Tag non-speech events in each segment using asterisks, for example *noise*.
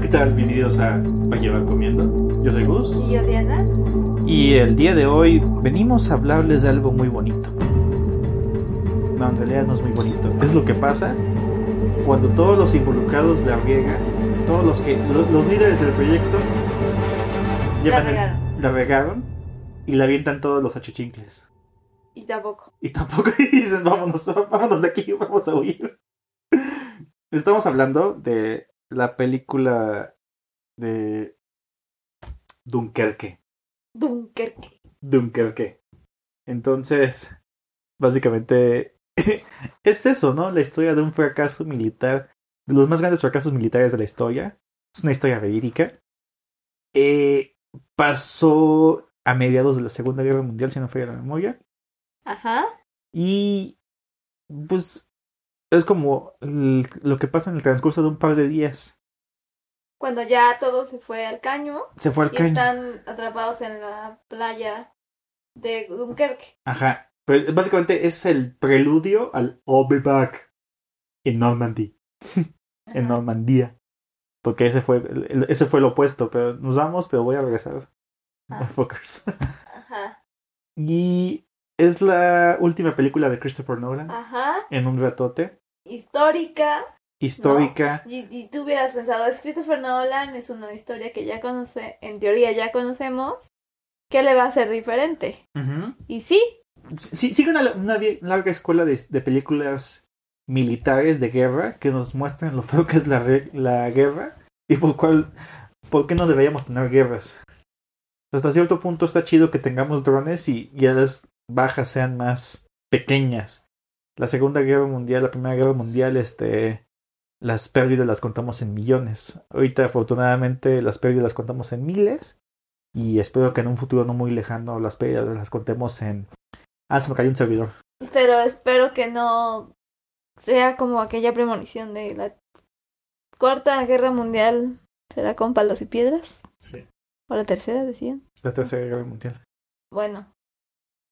bienvenidos a Pa' llevar comiendo. Yo soy Gus. Y yo, Diana. Y el día de hoy venimos a hablarles de algo muy bonito. No, en realidad no es muy bonito. Es lo que pasa cuando todos los involucrados la riegan, todos los que lo- los líderes del proyecto llevan el- regaron. la regaron y la avientan todos los achuchincles. Y tampoco. Y tampoco *laughs* dicen, vámonos, vámonos de aquí, vamos a huir. Estamos hablando de la película de Dunkerque. Dunkerque. Dunkerque. Entonces, básicamente *laughs* es eso, ¿no? La historia de un fracaso militar, de los más grandes fracasos militares de la historia. Es una historia verídica. Eh, pasó a mediados de la Segunda Guerra Mundial, si no falla la memoria. Ajá. Y pues es como el- lo que pasa en el transcurso de un par de días. Cuando ya todo se fue al caño Se fue al y caño. están atrapados en la playa de Dunkerque. Ajá. Pero básicamente es el preludio al I'll be back en *laughs* Normandy. Ajá. En Normandía. Porque ese fue, el- el- ese fue lo opuesto. Pero nos vamos, pero voy a regresar. Ah. Motherfuckers. *laughs* Ajá. Y es la última película de Christopher Nolan. Ah. Ajá. En un ratote. Histórica. Histórica. Y, y tú hubieras pensado, es Christopher Nolan, es una historia que ya conoce, en teoría ya conocemos. ¿Qué le va a hacer diferente? Ujú. Y sí, Sí, sigue una, una bien larga escuela de, de películas militares de guerra que nos muestran lo feo que es la, re- la guerra y por cuál por qué no deberíamos tener guerras. Hasta cierto punto está chido que tengamos drones y ya las bajas sean más pequeñas. La Segunda Guerra Mundial, la Primera Guerra Mundial, este las pérdidas las contamos en millones. Ahorita afortunadamente las pérdidas las contamos en miles y espero que en un futuro no muy lejano las pérdidas las contemos en Ah, se me cayó un servidor. pero espero que no sea como aquella premonición de la Cuarta Guerra Mundial será con palos y piedras. Sí. O la tercera, decían. La tercera guerra mundial. Bueno.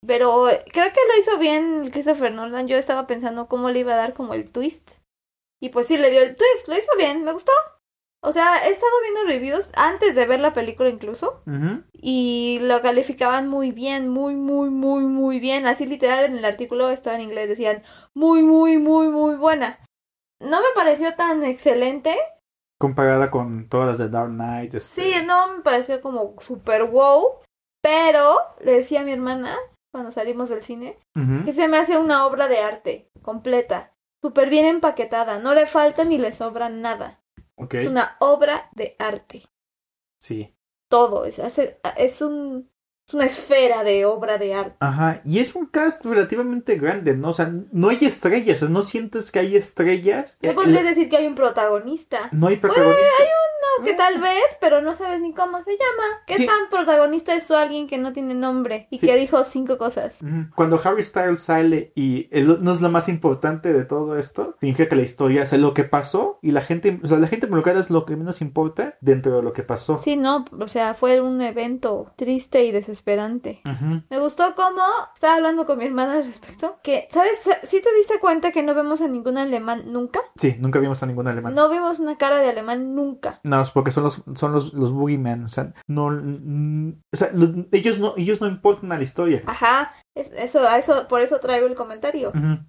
Pero eh, creo que lo hizo bien Christopher Nolan. Yo estaba pensando cómo le iba a dar como el twist. Y pues sí, le dio el twist. Lo hizo bien, me gustó. O sea, he estado viendo reviews antes de ver la película incluso. Y lo calificaban muy bien, muy, muy, muy, muy bien. Así literal en el artículo estaba en inglés. Decían muy, muy, muy, muy buena. No me pareció tan excelente. Comparada con todas las de Dark Knight. este, Sí, no me pareció como super wow, pero le decía a mi hermana cuando salimos del cine ujú. que se me hace una obra de arte completa, súper bien empaquetada, no le falta ni le sobra nada. Ok. Es una obra de arte, Sí. todo, es, hace- es, un, es una esfera de obra de arte. Ajá. Y es un cast relativamente grande, ¿no? O sea, no hay estrellas. o sea, no sientes que hay estrellas. No Eh, podrías decir que hay un protagonista, No hay protagonistas. no, que tal vez, pero no sabes ni cómo se llama. ¿Qué Sí. tan protagonista es alguien que no tiene nombre y Sí. que dijo cinco cosas? Ujú. Cuando Harry Styles sale y el- no es lo más importante de todo esto, significa que la historia es lo que pasó y la gente, o sea, la gente involucrada es lo que menos importa dentro de lo que pasó. Sí, no, o sea, fue un evento triste y desesperante. Ujú. Me gustó cómo estaba hablando con mi hermana al respecto. Que, ¿sabes? ¿Sí te diste cuenta que no vemos a ningún alemán nunca? Sí, nunca vimos a ningún alemán. No vimos una cara de alemán nunca. No, es porque son los, son los, los boogeymen, o sea, no, mm, o sea, lo- ellos no, ellos no importan a la historia. Ajá, es- eso, a eso, por eso traigo el comentario. Ujú.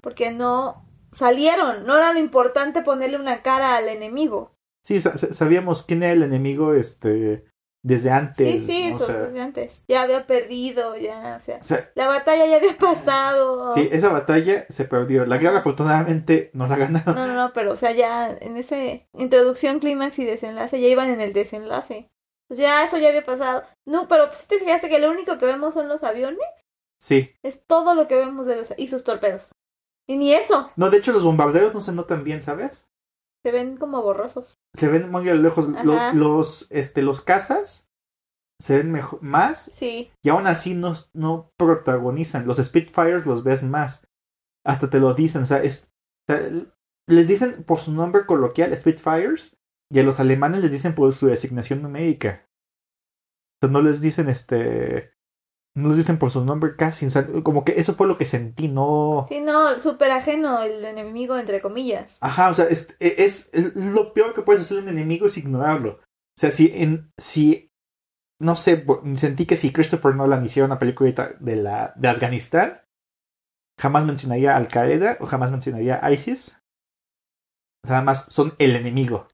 Porque no salieron. No era lo importante ponerle una cara al enemigo. Sí, sa- sa- sabíamos quién era el enemigo, este, desde antes. sí, sí, ¿no? O eso sea, desde antes. Ya había perdido, ya, o sea. o sea, La batalla ya había pasado. sí, esa batalla se perdió. La guerra afortunadamente no la *laughs* ganaron. No, no, no, pero o sea, ya en ese introducción, clímax y desenlace, ya iban en el desenlace. Pues ya eso ya había pasado. No, pero si te fijaste que lo único que vemos son los aviones, Sí. es todo lo que vemos de los y sus torpedos. Y ni eso, No, de hecho los bombardeos no se notan bien, ¿sabes? se ven como borrosos. Se ven muy a lo lejos. Lo- Ajá. los, este, los cazas se ven mejor, más Sí, Y aún así no, no protagonizan. Los Spitfires los ves más. Hasta te lo dicen. O sea, es, o sea, les dicen por su nombre coloquial Spitfires. Y a los alemanes les dicen por su designación numérica. O sea, no les dicen este. No les dicen por su nombre casi. O sea, como que eso fue lo que sentí, no. sí, no, súper ajeno el enemigo, entre comillas. e, Ajá, o sea, es, es, es lo peor que puedes hacer a un enemigo es ignorarlo. O sea, si en. si no sé, bo- sentí que si Christopher Nolan hiciera una película ahorita de la. de Afganistán, jamás mencionaría Al Qaeda o jamás mencionaría ISIS. O sea, nada más son el enemigo.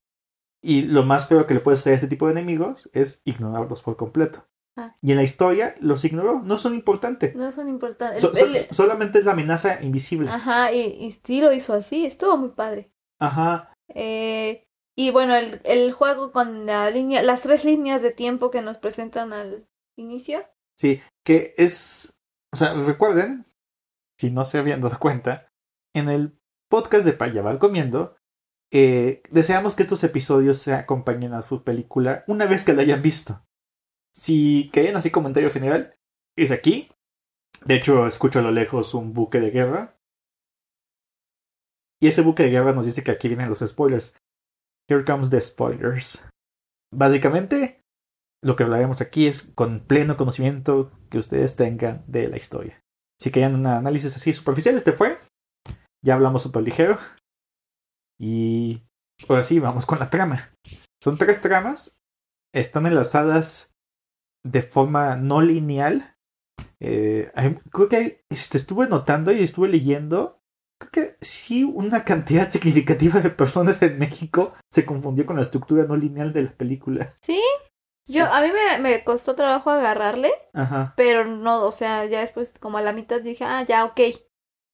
Y lo más feo que le puede hacer a este tipo de enemigos es ignorarlos por completo. Ah. Y en la historia los ignoró, no son importantes. No son importantes. So- El- so- Ah. el- solamente es la amenaza invisible. Ajá, y, y sí lo hizo así, estuvo muy padre. Ajá. Eh, y bueno, el, el juego con la línea, las tres líneas de tiempo que nos presentan al inicio. Sí, que es. O sea, recuerden, si no se habían dado cuenta, en el podcast de Payaval Comiendo, eh, deseamos que estos episodios se acompañen a su película una vez que la hayan visto. Si querían así comentario general, es aquí. De hecho, escucho a lo lejos un buque de guerra. Y ese buque de guerra nos dice que aquí vienen los spoilers. Here comes the spoilers. Básicamente, lo que hablaremos aquí es con pleno conocimiento que ustedes tengan de la historia. Si querían un análisis así superficial, este fue. Ya hablamos súper ligero. Y ahora sí, vamos con la trama. Son tres tramas. Están enlazadas de forma no lineal. Eh, hay- creo que hay- este, estuve notando y estuve leyendo. Creo que sí, una cantidad *laughs* significativa de personas en México se confundió con la estructura no lineal de la película. ¿Sí? Yo, Sí. a mí me, me costó trabajo agarrarle, Ajá. pero no, o sea, ya después como a la mitad dije, ah, ya, ok.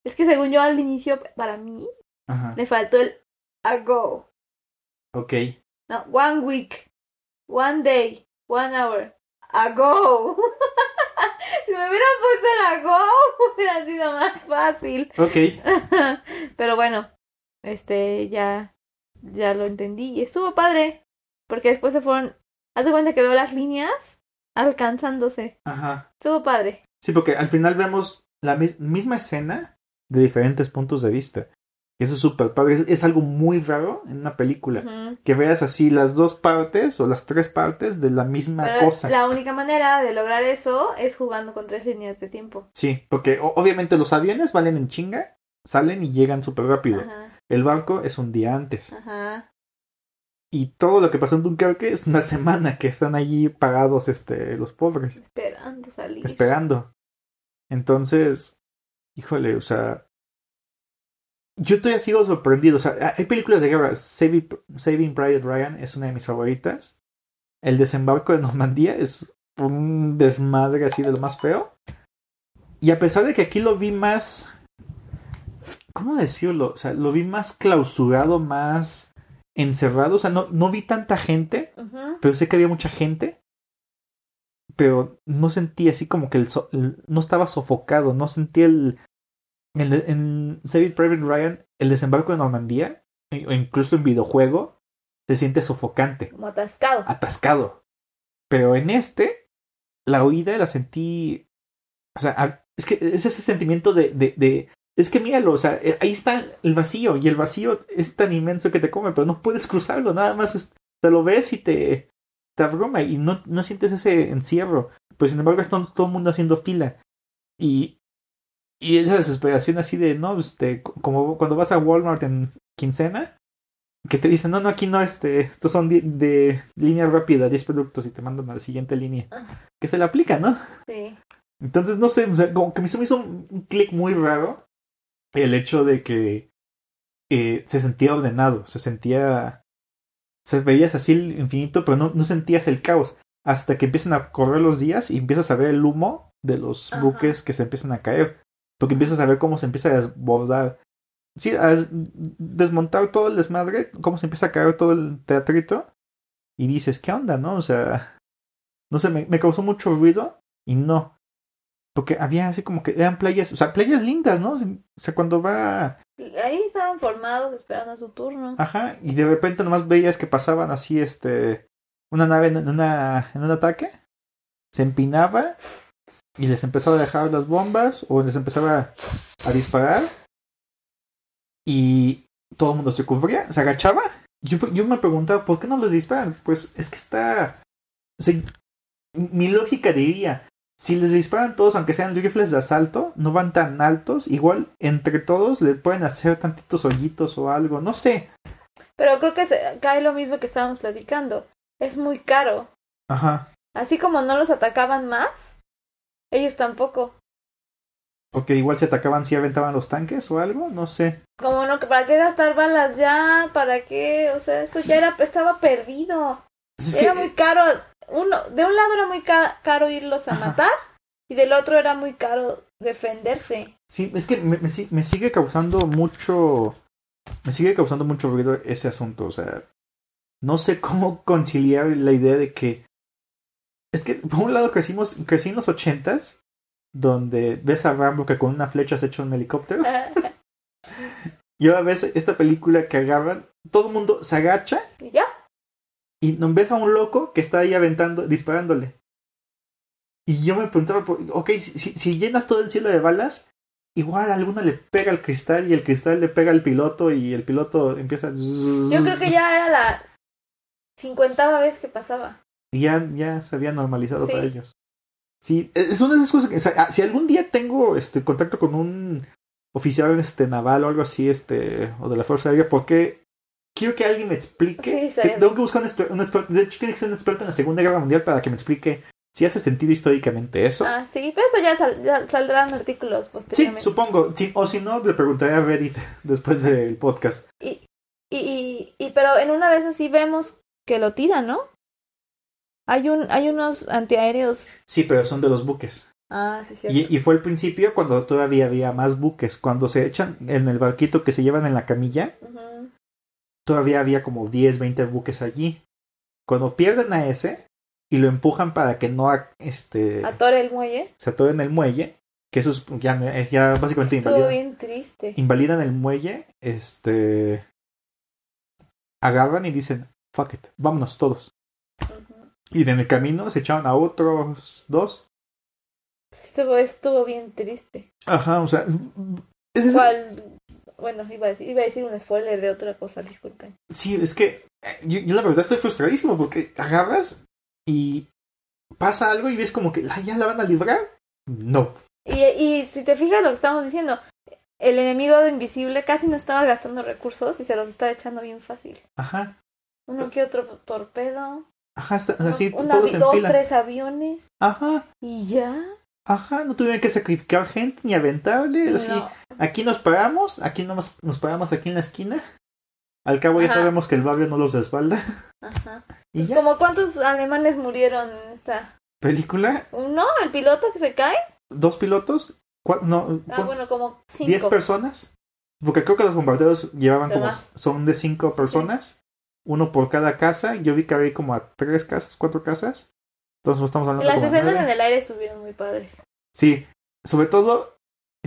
Es que según yo al inicio, para mí, Ajá, le faltó el ago. ok. No, one week, one day, one hour, ago. *laughs* si me hubieran puesto el ago, *laughs* hubiera sido más fácil. *laughs* Ok. Pero bueno, este ya, ya lo entendí y estuvo padre. Porque después se fueron. Haz de cuenta que veo las líneas alcanzándose. Ajá. Estuvo padre. Sí, porque al final vemos la mis- misma escena de diferentes puntos de vista. Eso es súper padre. Es, es algo muy raro en una película. Ujú. Que veas así las dos partes o las tres partes de la misma Pero cosa. la única manera de lograr eso es jugando con tres líneas de tiempo. Sí, porque o- obviamente los aviones valen en chinga, salen y llegan súper rápido. Ajá, Ah. El barco es un día antes. ajá. Y todo lo que pasó en Dunkerque es una semana que están allí parados este, los pobres. Esperando salir. esperando. Entonces, híjole, o sea, yo todavía sigo sorprendido. O sea, hay películas de guerra. Saving, Saving Private Ryan es una de mis favoritas. El desembarco de Normandía es un desmadre así de lo más feo. Y a pesar de que aquí lo vi más. ¿Cómo decirlo? O sea, lo vi más clausurado, más encerrado. O sea, no, no vi tanta gente Ujú. pero sé que había mucha gente. Pero no sentí así como que el, so- el- no estaba sofocado, no sentí el, el- en Saving Private Ryan, el desembarco de Normandía, e- o incluso en videojuego, se siente sofocante, Como atascado. atascado. Pero en este, la huida la sentí, o sea, a- es que es ese sentimiento de, de, de- es que míralo, o sea, eh, ahí está el vacío y el vacío es tan inmenso que te come, pero no puedes cruzarlo, nada más es- te lo ves y te, te abruma y no, no sientes ese encierro. Pero sin embargo, está todo el mundo haciendo fila. Y, y esa desesperación así de, no, este, co- como cuando vas a Walmart en quincena, que te dicen, no, no, aquí no, este, estos son di- de, línea rápida, 10 productos y te mandan a la siguiente línea. Que se le aplica, ¿no? Sí. Entonces, no sé, o sea, como que me hizo, me hizo un clic muy raro el hecho de que eh, se sentía ordenado, se sentía... se veías así el infinito, pero no, no sentías el caos. Hasta que empiezan a correr los días y empiezas a ver el humo de los Ajá. buques que se empiezan a caer. Porque empiezas a ver cómo se empieza a desbordar. Sí, a des- desmontar todo el desmadre, cómo se empieza a caer todo el teatrito. Y dices, ¿qué onda, no? O sea, no sé, me, me causó mucho ruido y no. Porque había así como que eran playas, o sea, playas lindas, ¿no? O sea, cuando va, Y Ahí estaban formados esperando su turno. ajá, y de repente nomás veías que pasaban así, este, una nave en, en una, en un ataque, se empinaba y les empezaba a dejar las bombas o les empezaba a disparar y todo el mundo se cubría, se agachaba. Yo, yo me preguntaba, ¿por qué no les disparan? Pues es que está... o sea, mi lógica diría, si les disparan todos, aunque sean rifles de asalto, no van tan altos, igual entre todos le pueden hacer tantitos hoyitos o algo, no sé. Pero creo que se- cae lo mismo que estábamos platicando. es muy caro. Ajá. Así como no los atacaban más, ellos tampoco. Porque igual se atacaban si aventaban los tanques o algo, no sé. Como no, ¿para qué gastar balas ya? ¿Para qué? O sea, eso ya era, estaba perdido. Es era que- muy caro. Uno, de un lado era muy ca- caro irlos a Ajá. matar y del otro era muy caro *laughs* defenderse. Sí, es que me, me si- me sigue causando mucho. Me sigue causando mucho ruido ese asunto. O sea, no sé cómo *laughs* conciliar la idea de que. Es que, por un lado, crecimos, crecí en los ochentas, donde ves a Rambo que con una flecha se echa un helicóptero. Y ahora ves esta película que agarran, todo el mundo se agacha y ya, y no- ves a un loco que está ahí aventando, disparándole. Y yo me preguntaba, por- ok, si, si- si llenas todo el cielo de balas, igual alguna le pega al cristal y el cristal le pega al piloto y el piloto empieza... yo creo que ya era la cincuentava vez que pasaba. Y ya, ya se había normalizado Sí. para ellos. Sí, e, es una de esas cosas que... o sea, ah, si algún día tengo este contacto con un oficial este naval o algo así, este o de la Fuerza Aérea, porque quiero que alguien me Sí, explique... estaría que bien. tengo que buscar un exper- un experto... De hecho, tiene que ser un experto en la Segunda Guerra Mundial para que me explique si hace sentido históricamente eso. Ah, sí, pero eso ya, sal- ya saldrán artículos sí, posteriormente. supongo. Sí, o si no, le preguntaré a Reddit *laughs* después Ah. del podcast. y, y, y- pero en una de esas sí vemos que lo tiran, ¿no? Hay un, hay unos antiaéreos. Sí, pero son de los buques. Ah, sí, cierto. Y, y fue al principio cuando todavía había más buques. Cuando se echan en el barquito que se llevan en la camilla, Ujú. todavía había como 10, 20 buques allí. Cuando pierden a ese y lo empujan para que no a- este, Atore el muelle. se atore en el muelle, que eso es ya, es ya básicamente Estuvo invalidan, bien triste. invalidan el muelle, este agarran y dicen, fuck it, vámonos todos. Ujú. Y en el camino se echaron a otros dos. Estuvo, estuvo bien triste. Ajá, o sea, es es- ¿Cuál? Bueno, iba a, decir, iba a decir un spoiler de otra cosa, disculpen. Sí, es que eh, yo, yo la verdad estoy frustradísimo porque agarras y pasa algo y ves como que "Ah, ya la van a librar. No. Y, y si te fijas lo que estamos diciendo, el enemigo de Invisible casi no estaba gastando recursos y se los estaba echando bien fácil. Ajá. Uno que otro torpedo, Ajá, está- así un todos avi- en dos, fila. tres aviones Ajá, y ya. ajá, no tuvieron que sacrificar gente ni aventable. Así, No. aquí nos paramos, aquí nomás nos paramos aquí en la esquina. Al cabo ya Ajá. sabemos que el barrio no los respalda. Ajá. Y ya, Como cuántos alemanes murieron en esta. película, ¿Uno? ¿El piloto que se cae? dos pilotos, cua- no, Ah, cu- bueno, como diez cinco. personas. Porque creo que los bombardeos llevaban Pero como. más. Son de cinco personas. Uno por cada casa. Yo vi que había como a tres casas, cuatro casas. Entonces estamos hablando Las como de escenas nueve. en el aire estuvieron muy padres. Sí. Sobre todo,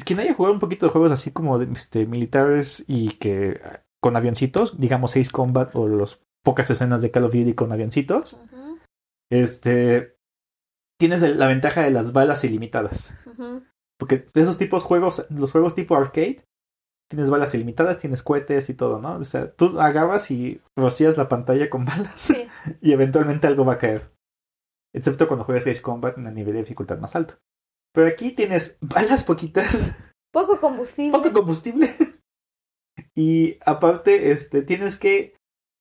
quien haya jugado un poquito de juegos así como de este, militares y que ah, con avioncitos, digamos Ace Combat o los pocas escenas de Call of Duty con avioncitos, Ujú, este tienes el- la ventaja de las balas ilimitadas. ujú. Porque de esos tipos juegos, los juegos tipo arcade, tienes balas ilimitadas, tienes cohetes y todo, ¿no? O sea, tú agarras y rocías la pantalla con *laughs* balas Sí. y eventualmente algo va a caer. Excepto cuando juegas Ace Combat en el nivel de dificultad más alto. Pero aquí tienes balas poquitas, *laughs* Poco combustible. poco combustible. *laughs* Y aparte, este, tienes que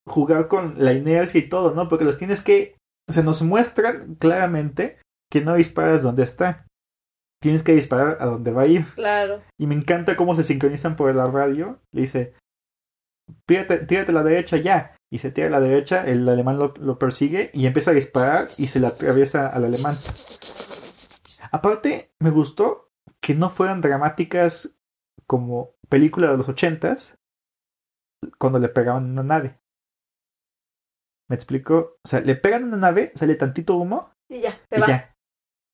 jugar con la inercia y todo, ¿no? Porque los tienes que. O sea, nos muestran claramente que no disparas donde está. Tienes que disparar a donde va a ir. Claro. Y me encanta cómo se sincronizan por la radio. Le dice, tírate, tírate a la derecha ya. Y se tira a la derecha, el alemán lo, lo persigue y empieza a disparar y se le atraviesa al alemán. Aparte, me gustó que no fueran dramáticas como películas de los ochentas cuando le pegaban a una nave. ¿Me explico? O sea, le pegan a una nave, sale tantito humo Y ya, se y va. Mm. ya.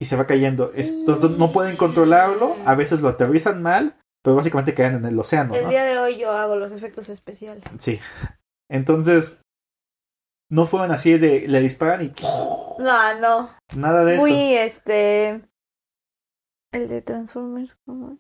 Y se va cayendo. Esto- esto no pueden controlarlo, a veces lo aterrizan mal, pero básicamente quedan en el océano, El ¿no? día de hoy yo hago los efectos especiales. Sí. Entonces, no fueron así de le disparan y No, no. nada de eso. Muy este. El de Transformers, ¿cómo es?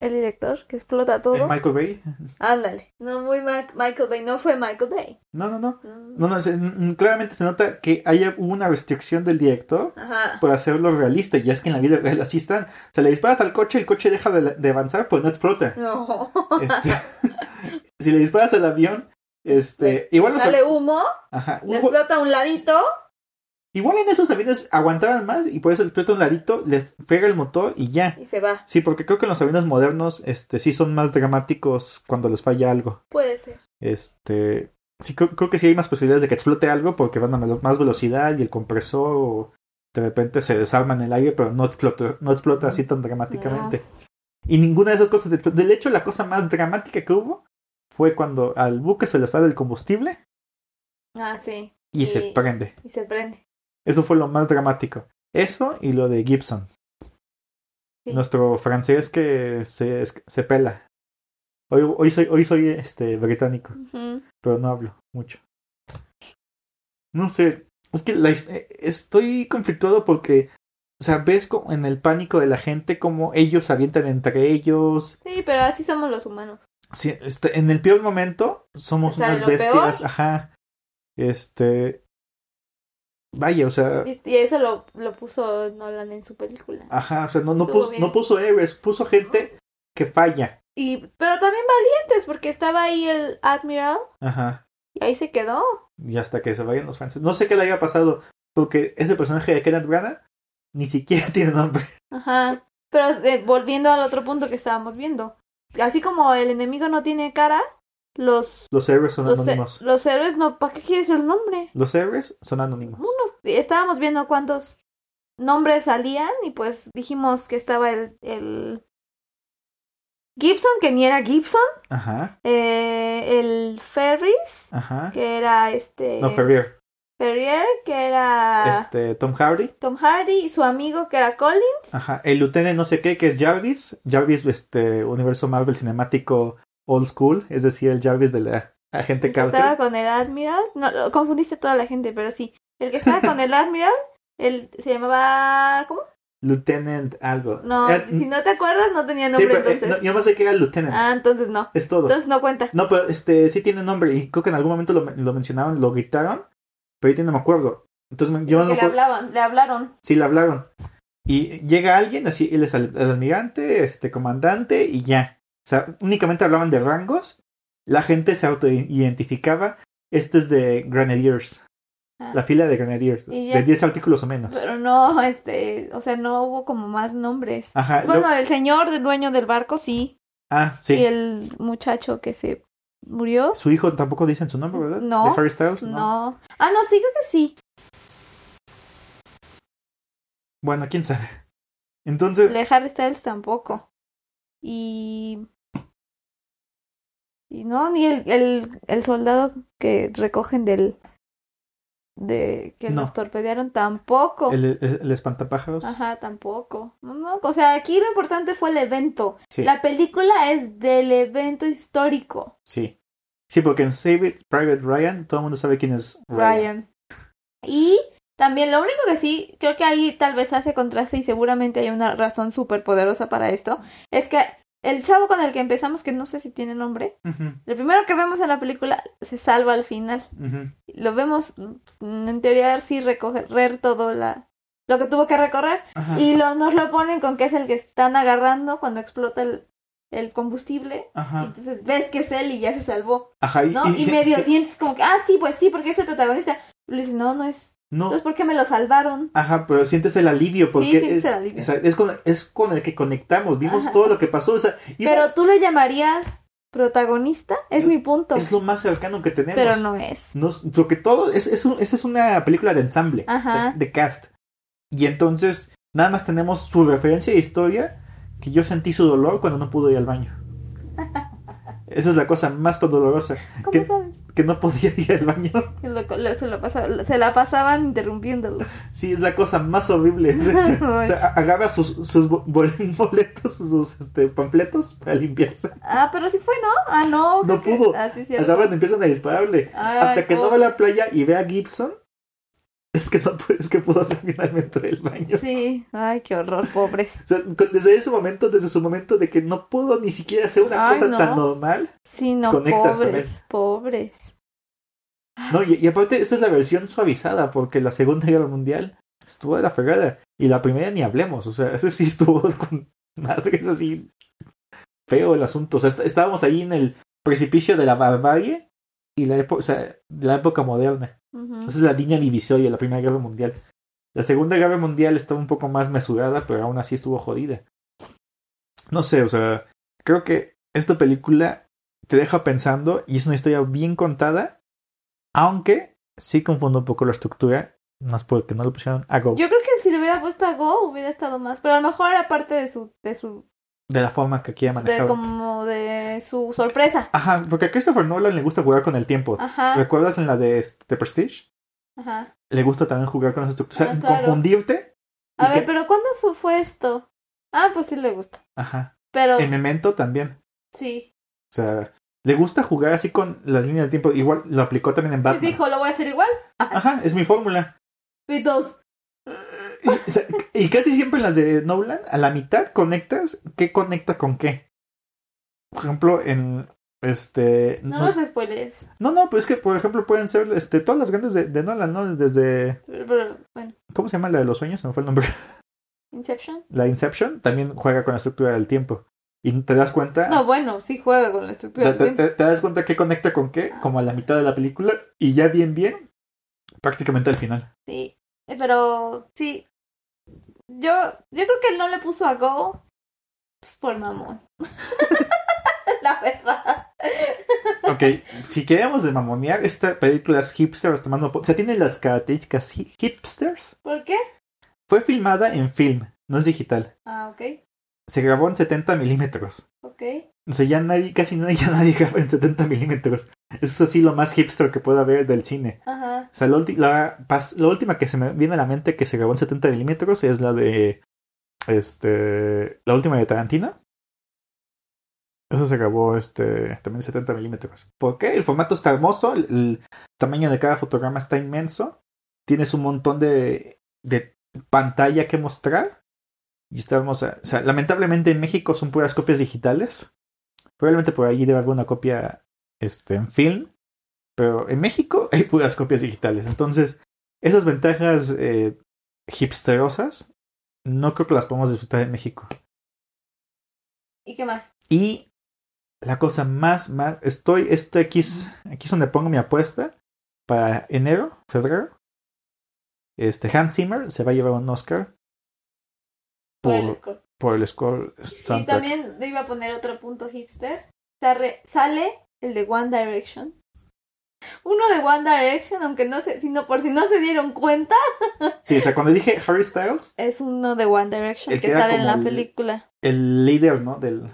El director que explota ¿Eh, todo. Michael Bay. Ándale. No, muy Ma- Michael Bay. No fue Michael Bay. No, no, no. Mm. No, no, se- n- claramente se nota que haya hubo una restricción del director Ajá. por hacerlo realista, y es que en la vida real así están. O sea, le disparas al coche, el coche deja *laughs* Pues, de, de avanzar, pues no explota. *laughs* No. Este, si le disparas al avión, Este, igual, los- Sale humo, ajá, le igual- explota un ladito. igual en esos aviones aguantaban más y por eso el explota un ladito, les frega el motor y ya. Y se va. Sí, porque creo que en los aviones modernos este, sí son más dramáticos cuando les falla algo. Puede ser. Este, sí, creo, creo que sí hay más posibilidades de que explote algo porque van a melo- más velocidad y el compresor o de repente se desarma en el aire, pero no explota, no explota así tan dramáticamente. Y ninguna de esas cosas. de- Del hecho, la cosa más dramática que hubo fue cuando al buque se le sale el combustible Ah, sí. y se Y- prende. Y se prende. Eso fue lo más dramático. Eso y lo de Gibson. Sí. Nuestro francés que se, se pela. Hoy, hoy soy, hoy soy este, británico Ujú. pero no hablo mucho. No sé, es que la his- eh, estoy conflictuado porque, o sea, ves como en el pánico de la gente como ellos se avientan entre ellos. Sí, pero así somos los humanos. Sí, este, en el peor momento somos O sea, unas lo peor. bestias, ajá. Este. Vaya, o sea, Y, y eso lo, lo puso Nolan en su película. ajá, o sea, no, no, Estuvo puso, bien. no puso héroes, puso gente que falla. Y, pero también valientes, porque estaba ahí el Admiral Ajá. y ahí se quedó. Y hasta que se vayan los franceses. No sé qué le haya pasado, porque ese personaje de Kenneth Branagh ni siquiera *laughs* tiene nombre. Ajá. Pero eh, volviendo al otro punto que estábamos viendo. Así como el enemigo no tiene cara, los, Los héroes son los, anónimos. los héroes no. ¿Para qué quieres el nombre? Los héroes son anónimos. Unos, estábamos viendo cuántos nombres salían y pues dijimos que estaba el. el... Gibson, que ni era Gibson. Ajá, eh, el Ferris, ajá. que era este. No, Ferrier. Ferrier, que era. Este, Tom Hardy. Tom Hardy y su amigo que era Colin. Ajá. El lieutenant no sé qué, que es Jarvis. Jarvis, este, universo Marvel cinemático old school. Es decir, el Jarvis de la agente El que estaba Carter. con el Admiral. No, lo confundiste a toda la gente, pero sí. El que estaba con el Admiral, él se llamaba. ¿Cómo? Lieutenant algo. No, Eh, si no te acuerdas, no tenía sí, nombre pero, eh, entonces. no, eh. yo no sé qué era Lieutenant. Ah, entonces no. Es todo. Entonces no cuenta. No, pero este, sí tiene nombre. Y creo que en algún momento lo, lo mencionaron, lo gritaron. Pero ahorita no me acuerdo. Entonces me- yo no me Porque acuerdo. le hablaban, le hablaron. Sí, le hablaron. Y llega alguien, así, él es al- el almirante, este, comandante, y ya. O sea, únicamente hablaban de rangos. La gente se autoidentificaba. Este es de Grenadiers. Ah. La fila de Grenadiers. Y ya. De 10 artículos o menos. Pero no, este. O sea, no hubo como más nombres. Ajá. Bueno, luego- el señor del dueño del barco sí. ah, sí. Y el muchacho que se murió. Su hijo tampoco dicen su nombre, ¿verdad? No. ¿De Harry Styles? No. Ah, no, sí, creo que sí. Bueno, quién sabe. Entonces, de Harry Styles tampoco. Y. Y no, ni el, el, el soldado que recogen del. de que No. nos torpedearon tampoco. el, el- el espantapájaros. Ajá, tampoco. No, no, o sea, aquí lo importante fue el evento. Sí, La película es del evento histórico, sí. Sí, porque en Save It, Private Ryan, todo el mundo sabe quién es Ryan. Ryan. Y también lo único que sí, creo que ahí tal vez hace contraste y seguramente hay una razón súper poderosa para esto, es que el chavo con el que empezamos, que no sé si tiene nombre, Lo primero que vemos en la película se salva al final. Ujú, ujú. Lo vemos, mm, en teoría, sí recorrer todo la, lo que tuvo que recorrer. Ajá. Y lo, nos lo ponen con que es el que están agarrando cuando explota el, el combustible. Ajá. Y entonces ves que es él y ya se salvó, Ajá, y, ¿no? y Y, se- medio se- sientes como que, ah, sí, pues sí, porque es el protagonista. Y le dices, no, no es. no, Entonces, ¿por qué me lo salvaron? ajá, pero sientes el alivio porque sientes es, el alivio. o sea, es con, es con el que conectamos, vimos Ajá. todo lo que pasó, o sea, iba- Pero tú le llamarías protagonista, es mi punto. es lo más cercano que tenemos. Pero no es. Nos- porque todo es es, un- esa es una película de ensamble, o sea, Ajá. es de cast. Y entonces nada más tenemos su referencia de historia que yo sentí su dolor cuando no pudo ir al *laughs* baño. Esa es la cosa más dolorosa, ¿Cómo ¿Qué? sabes? que no podía ir al baño. *laughs* Lo- lo- se, lo pasaba- se la *laughs* pasaban interrumpiéndolo. Sí, es la cosa más horrible. *laughs* O sea, o sea, a- agarra sus, sus bo- bol- *laughs* boletos, sus, sus, este, panfletos para limpiarse. Ah, pero sí fue, ¿no? Ah, no. No creo que- pudo. Ah, sí, cierto. Agarran y empiezan a dispararle. Ay, Hasta que no va a pobre. la playa y ve a Gibson, es que no puede- es que pudo hacer finalmente del baño. Sí, ay, qué horror, pobres. O sea, con- desde ese momento, desde su momento de que no pudo ni siquiera hacer una Ay, cosa no. tan normal. Sí, no, Conectas con pobres, pobres. No, y, y aparte, esta es la versión suavizada, porque la Segunda Guerra Mundial estuvo de la fregada. Y la primera ni hablemos, o sea, ese sí estuvo *laughs* con madres así feo el asunto. O sea, est- estábamos ahí en el precipicio de la barbarie y la época, o sea, la época moderna. Ujú. Esa es la línea divisoria, la Primera Guerra Mundial. La Segunda Guerra Mundial estaba un poco más mesurada, pero aún así estuvo jodida. No sé, o sea, creo que esta película te deja pensando y es una historia bien contada, aunque sí confunde un poco la estructura, más porque no le pusieron a Go Yo creo que si le hubiera puesto a Go hubiera estado más, pero a lo mejor era parte de su, de su, de la forma que quiere de manejar. como de su sorpresa. Ajá, porque a Christopher Nolan le gusta jugar con el tiempo. Ah. Ajá, ¿Recuerdas en la de este Prestige? ajá. Le gusta también jugar con esa estructura. O sea, Ah, claro. confundirte. y A ver, que- pero ¿cuándo su- fue esto? Ah, pues sí le gusta. Ajá. Pero En Memento también. sí. O sea, le gusta jugar así con las líneas de tiempo. Igual lo aplicó también en Y Batman. dijo, "Ah". lo voy a hacer igual. Ajá, es mi fórmula. Y todos, Y, o sea, y casi siempre en las de Nolan, a la mitad conectas qué conecta con qué. Por ejemplo, en este. No no los sé- spoilees. no, no, pero es que, por ejemplo, pueden ser este, todas las grandes de, de Nolan, ¿no? Desde. Pero, pero, bueno, ¿Cómo se llama la de los sueños? Se me fue el nombre. *laughs* Inception. La Inception también juega con la estructura del tiempo. Y te das cuenta. No, bueno, sí juega con la Ah. O estructura. sea, del te, tiempo. te- te das cuenta que conecta con qué, como a la mitad de la película, y ya bien, bien, prácticamente al final. Sí, eh, pero sí. Yo, yo creo que no le puso a Go pues, por *laughs* mamón. La verdad. Ok, si queremos de mamonear, esta película es hipster, hasta más no po- o sea, tiene las características hi- hipsters. ¿Por qué? Fue filmada en film, no es digital. Ah, ok, Se grabó en 70 milímetros. ok. O sea, ya nadie, casi nadie, *laughs* ya nadie graba en 70 milímetros. Eso es así lo más hipster que pueda haber del cine. Ajá. O sea, la, ulti- la pas- la última que se me viene a la mente que se grabó en 70 milímetros es la de. Este. La última de Tarantino. Eso se grabó este, también en 70 milímetros. ¿Por qué? El formato está hermoso. El, el tamaño de cada fotograma está inmenso. Tienes un montón de, de pantalla que mostrar. Y está hermosa. O sea, lamentablemente en México son puras copias digitales. Probablemente por allí debe haber una copia este, en film pero en México *laughs* hay puras copias digitales. Entonces, esas ventajas eh, hipsterosas no creo que las podamos disfrutar en México. ¿Y qué más? Y la cosa más, más, estoy, estoy aquí, es- aquí es donde pongo mi apuesta para enero, febrero. Este Hans Zimmer se va a llevar un Oscar Por el por, score. por el score Y soundtrack. también le iba a poner otro punto hipster. Sale, sale el de One Direction. Uno de One Direction, aunque no sé, sino por si no se dieron cuenta, Sí, o sea, cuando dije Harry Styles, es uno de One Direction El que, que era sale en como la el- película. el líder, ¿no? Del,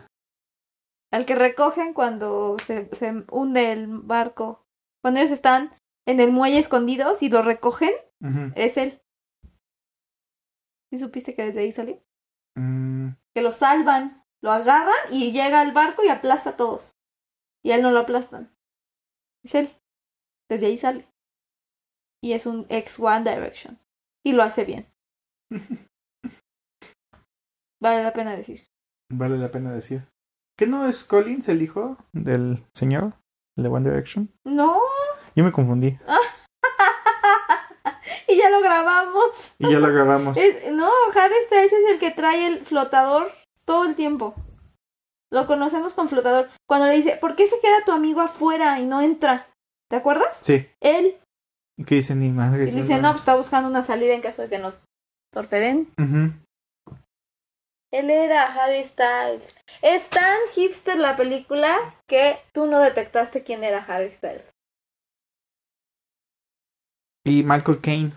al que recogen cuando se, se hunde el barco. Cuando ellos están en el muelle escondidos y lo recogen, Ujú. es él. ¿Y supiste que desde ahí salió? Mm, Que lo salvan, lo agarran y llega al barco y aplasta a todos. Y a él no lo aplastan. Es él. Desde ahí sale. Y es un ex One Direction. Y lo hace bien. Vale la pena decir. Vale la pena decir. ¿Que no es Collins el hijo del señor? ¿El de One Direction? No. Yo me confundí. Y ya lo grabamos. Y ya lo grabamos. Es- no, Harry Styles es el que trae el flotador todo el tiempo. Lo conocemos con flotador. Cuando le dice, ¿por qué se queda tu amigo afuera y no entra? ¿Te acuerdas? Sí. Él ¿Y ¿Qué dice ni madre? y le dice, no, pues está buscando una salida en caso de que nos torpeden. Ujú. Él era Harry Styles. Es tan hipster la película que tú no detectaste quién era Harry Styles. Y Michael Caine,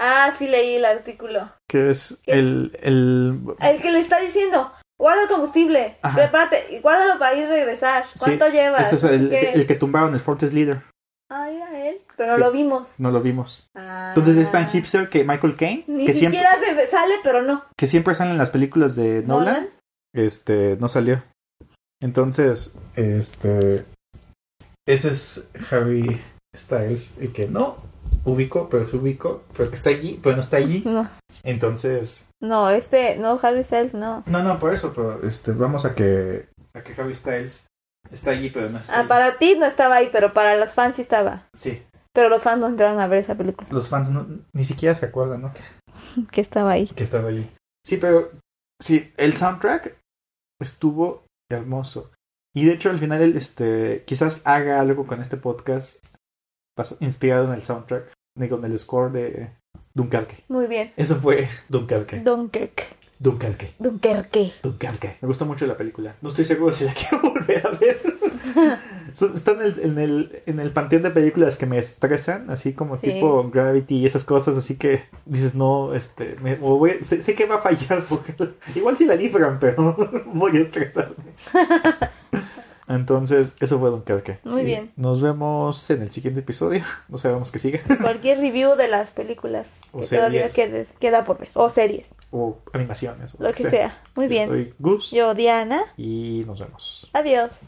Ah, sí leí el artículo. que es ¿Qué es? el, el... El que le está diciendo, guarda el combustible, Ajá. prepárate, y guárdalo para ir a regresar. ¿Cuánto llevas? ese este es el, No sé qué. el que tumbaron, el Fortress Leader. Ah, era él, pero Sí. lo vimos. No lo vimos. Ah. Entonces es tan hipster que Michael Caine, Ni que siempre, siquiera se ve- sale, pero no. que siempre sale en las películas de Nolan, Nolan. este, no salió. Entonces, este, ese es Harry Styles, el que no ubico, pero se ubico, pero que está allí, pero no está allí. No, Entonces, no, este, no, Harry Styles, no. no, no, por eso, pero este, vamos a que, a que Harry Styles está allí, pero no está. Ah, allí. para ti no estaba ahí, pero para los fans sí estaba. Sí, Pero los fans no entraron a ver esa película, los fans no- ni siquiera se acuerdan, ¿no? que estaba ahí. Que estaba allí. Sí, pero, sí, el soundtrack estuvo hermoso. Y de hecho, al final, él, este, quizás haga algo con este podcast bas- inspirado en el soundtrack, ni con el score de Dunkerque. Muy bien. Eso fue Dunkerque. Dunkirk. Dunkerque. Dunkerque. Dunkerque. Me gustó mucho la película. No estoy seguro si la *laughs* quiero volver a *laughs* ver. So- Está en el, en, el, en el panteón de películas que me estresan, así como Sí. tipo Gravity y esas cosas. Así que dices, no, este, me- o voy- sé, sé que va a fallar. *laughs* Porque igual si la libran, pero *laughs* voy a *laughs* estresarme. Entonces, eso fue Dunkerque. Muy Y bien. Nos vemos en el siguiente episodio. *laughs* No sabemos qué sigue. Cualquier review de las películas O que todavía series. quede- queda por ver. O series. O animaciones. o Lo que sea. Muy Yo bien. Soy Gus. Yo, Diana. Y nos vemos. Adiós.